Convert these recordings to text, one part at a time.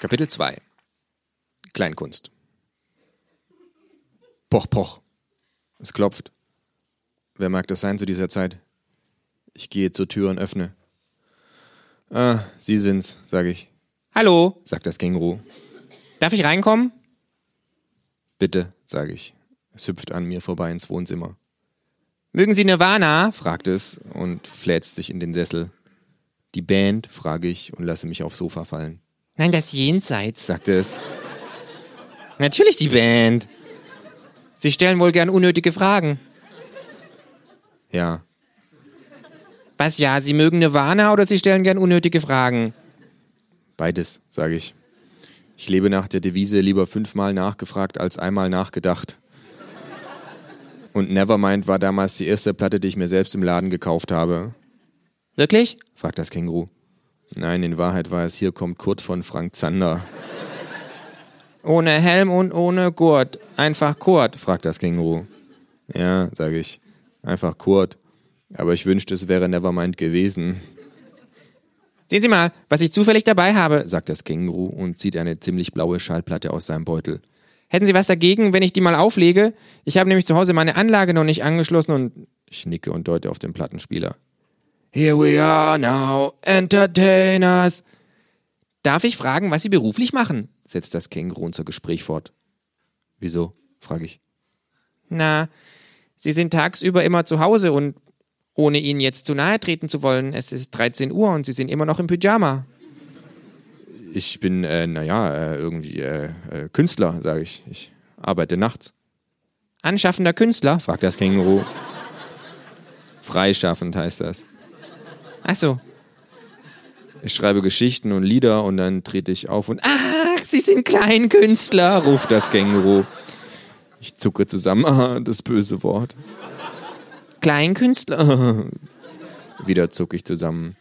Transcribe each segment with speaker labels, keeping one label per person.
Speaker 1: Kapitel 2 Kleinkunst Poch, poch. Es klopft. Wer mag das sein zu dieser Zeit? Ich gehe zur Tür und öffne. Ah, Sie sind's, sage ich. Hallo, sagt das Känguru. Darf ich reinkommen? Bitte, sage ich. Es hüpft an mir vorbei ins Wohnzimmer. Mögen Sie Nirvana? fragt es und fläzt sich in den Sessel. Die Band, frage ich und lasse mich aufs Sofa fallen. Nein, das Jenseits, sagte es. Natürlich die Band. Sie stellen wohl gern unnötige Fragen. Ja. Was ja, Sie mögen Nirvana oder Sie stellen gern unnötige Fragen? Beides, sage ich. Ich lebe nach der Devise lieber fünfmal nachgefragt als einmal nachgedacht. Und Nevermind war damals die erste Platte, die ich mir selbst im Laden gekauft habe. Wirklich? fragt das Känguru. Nein, in Wahrheit war es Hier kommt Kurt von Frank Zander. Ohne Helm und ohne Gurt. Einfach Kurt, fragt das Känguru. Ja, sage ich. Einfach Kurt. Aber ich wünschte, es wäre Nevermind gewesen. Sehen Sie mal, was ich zufällig dabei habe, sagt das Känguru und zieht eine ziemlich blaue Schallplatte aus seinem Beutel. Hätten Sie was dagegen, wenn ich die mal auflege? Ich habe nämlich zu Hause meine Anlage noch nicht angeschlossen und ich nicke und deute auf den Plattenspieler. Here we are now, entertainers. Darf ich fragen, was Sie beruflich machen? setzt das Känguru unser Gespräch fort. Wieso? frage ich. Na, Sie sind tagsüber immer zu Hause und ohne Ihnen jetzt zu nahe treten zu wollen, es ist 13 Uhr und Sie sind immer noch im Pyjama. Ich bin, äh, naja, äh, irgendwie äh, äh, Künstler, sage ich. Ich arbeite nachts. Anschaffender Künstler? fragt das Känguru. Freischaffend heißt das. Ach so. Ich schreibe Geschichten und Lieder und dann trete ich auf und ach, Sie sind Kleinkünstler, ruft das Känguru. Ich zucke zusammen, ah, das böse Wort. Kleinkünstler. Wieder zucke ich zusammen.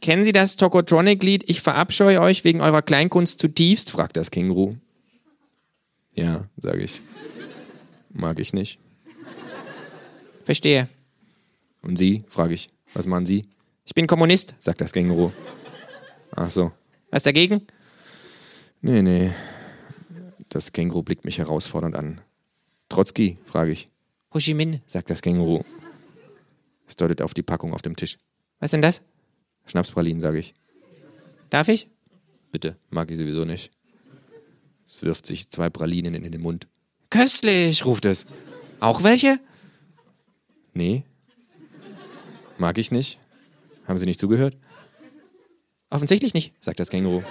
Speaker 1: Kennen Sie das Tokotronic-Lied Ich verabscheue euch wegen eurer Kleinkunst zutiefst? fragt das Känguru. Ja, sage ich. Mag ich nicht. Verstehe. Und Sie? frage ich. Was machen Sie? Ich bin Kommunist, sagt das Känguru. Ach so. Was dagegen? Nee, nee. Das Känguru blickt mich herausfordernd an. Trotzki, frage ich. Ho Chi Minh, sagt das Känguru. Es deutet auf die Packung auf dem Tisch. Was denn das? Schnapspralinen, sage ich. Darf ich? Bitte, mag ich sowieso nicht. Es wirft sich zwei Pralinen in den Mund. Köstlich, ruft es. Auch welche? Nee. Mag ich nicht. Haben Sie nicht zugehört? Offensichtlich nicht, sagt das Känguru.